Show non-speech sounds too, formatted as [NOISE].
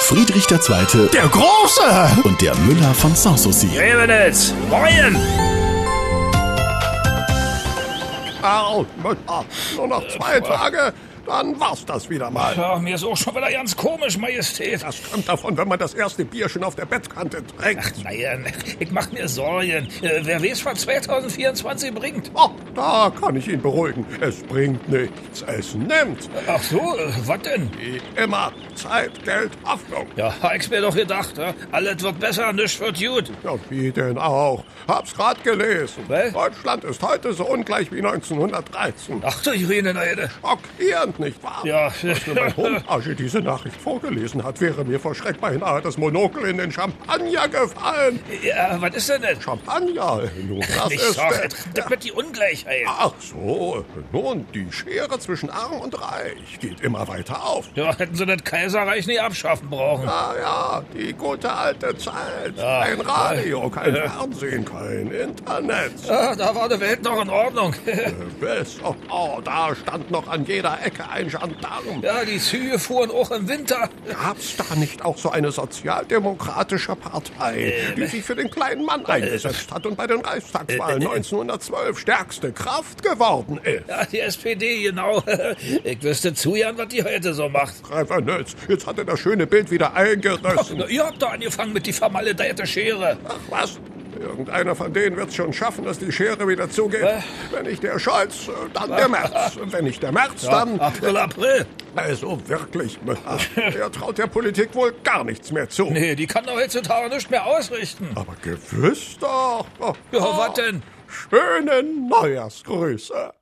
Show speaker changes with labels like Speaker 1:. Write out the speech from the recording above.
Speaker 1: Friedrich II.
Speaker 2: Der Große!
Speaker 1: und der Müller von Sanssouci.
Speaker 3: Revenitz, Reuen!
Speaker 2: Au, Müller, nur noch zwei Tage, dann war's das wieder mal.
Speaker 3: Ja, mir ist auch schon wieder ganz komisch, Majestät.
Speaker 2: Das kommt davon, wenn man das erste Bier schon auf der Bettkante trinkt.
Speaker 3: Naja, ich mach mir Sorgen. Äh, wer weiß, was 2024 bringt.
Speaker 2: Oh, da kann ich ihn beruhigen. Es bringt nichts, es nimmt.
Speaker 3: Ach so, äh, was denn?
Speaker 2: Wie immer Zeit, Geld, Hoffnung.
Speaker 3: Ja, hab ich's mir doch gedacht. Ja? Alles wird besser, nichts wird gut.
Speaker 2: Ja, wie denn auch? Hab's grad gelesen.
Speaker 3: Was?
Speaker 2: Deutschland ist heute so ungleich wie 1913.
Speaker 3: Ach du Jene, Neide.
Speaker 2: Schockierend, nicht wahr?
Speaker 3: Ja.
Speaker 2: Als mir mein Hund Asche diese Nachricht vorgelesen hat, wäre mir vor Schreck beinahe das Monokel in den Champagner gefallen.
Speaker 3: Ja, äh, was ist denn das?
Speaker 2: Champagner, nun, das
Speaker 3: Nicht
Speaker 2: ist... Ah.
Speaker 3: doch,
Speaker 2: äh,
Speaker 3: das- das wird die Ungleichheit.
Speaker 2: Ach so, nun, die Schere zwischen Arm und Reich geht immer weiter auf.
Speaker 3: Ja, hätten sie das Kaiserreich nie abschaffen brauchen.
Speaker 2: Ah ja, die gute alte Zeit.
Speaker 3: Ja.
Speaker 2: Kein Radio, kein Fernsehen, kein Internet.
Speaker 3: Ja, da war die Welt noch in Ordnung. [LAUGHS]
Speaker 2: Gewiss, oh, oh, da stand noch an jeder Ecke ein Gendarm.
Speaker 3: Ja, die Züge fuhren auch im Winter.
Speaker 2: Gab's da nicht auch so eine sozialdemokratische Partei, die sich für den kleinen Mann eingesetzt hat und bei den Reichstagswahlen 1912 stärkste Kraft geworden ist?
Speaker 3: Ja, die SPD, genau. [LAUGHS] Ich wüsste zu gern, was die heute so macht.
Speaker 2: Revenitz, jetzt hat er das schöne Bild wieder
Speaker 3: Ach, ne-
Speaker 2: eingerissen.
Speaker 3: na, ihr habt doch angefangen mit die vermaledeite Schere.
Speaker 2: Ach was? Irgendeiner von denen wird's schon schaffen, dass die Schere wieder zugeht. Wenn nicht der Scholz, äh, dann der Merz. Und wenn nicht der Merz, dann...
Speaker 3: April, April.
Speaker 2: Also wirklich, Müller, er traut [LAUGHS] der Politik wohl gar nichts mehr zu.
Speaker 3: Nee, die kann doch heutzutage nicht mehr ausrichten.
Speaker 2: Aber gewiss doch. Oh,
Speaker 3: Ja, was denn?
Speaker 2: Schöne Neujahrsgrüße.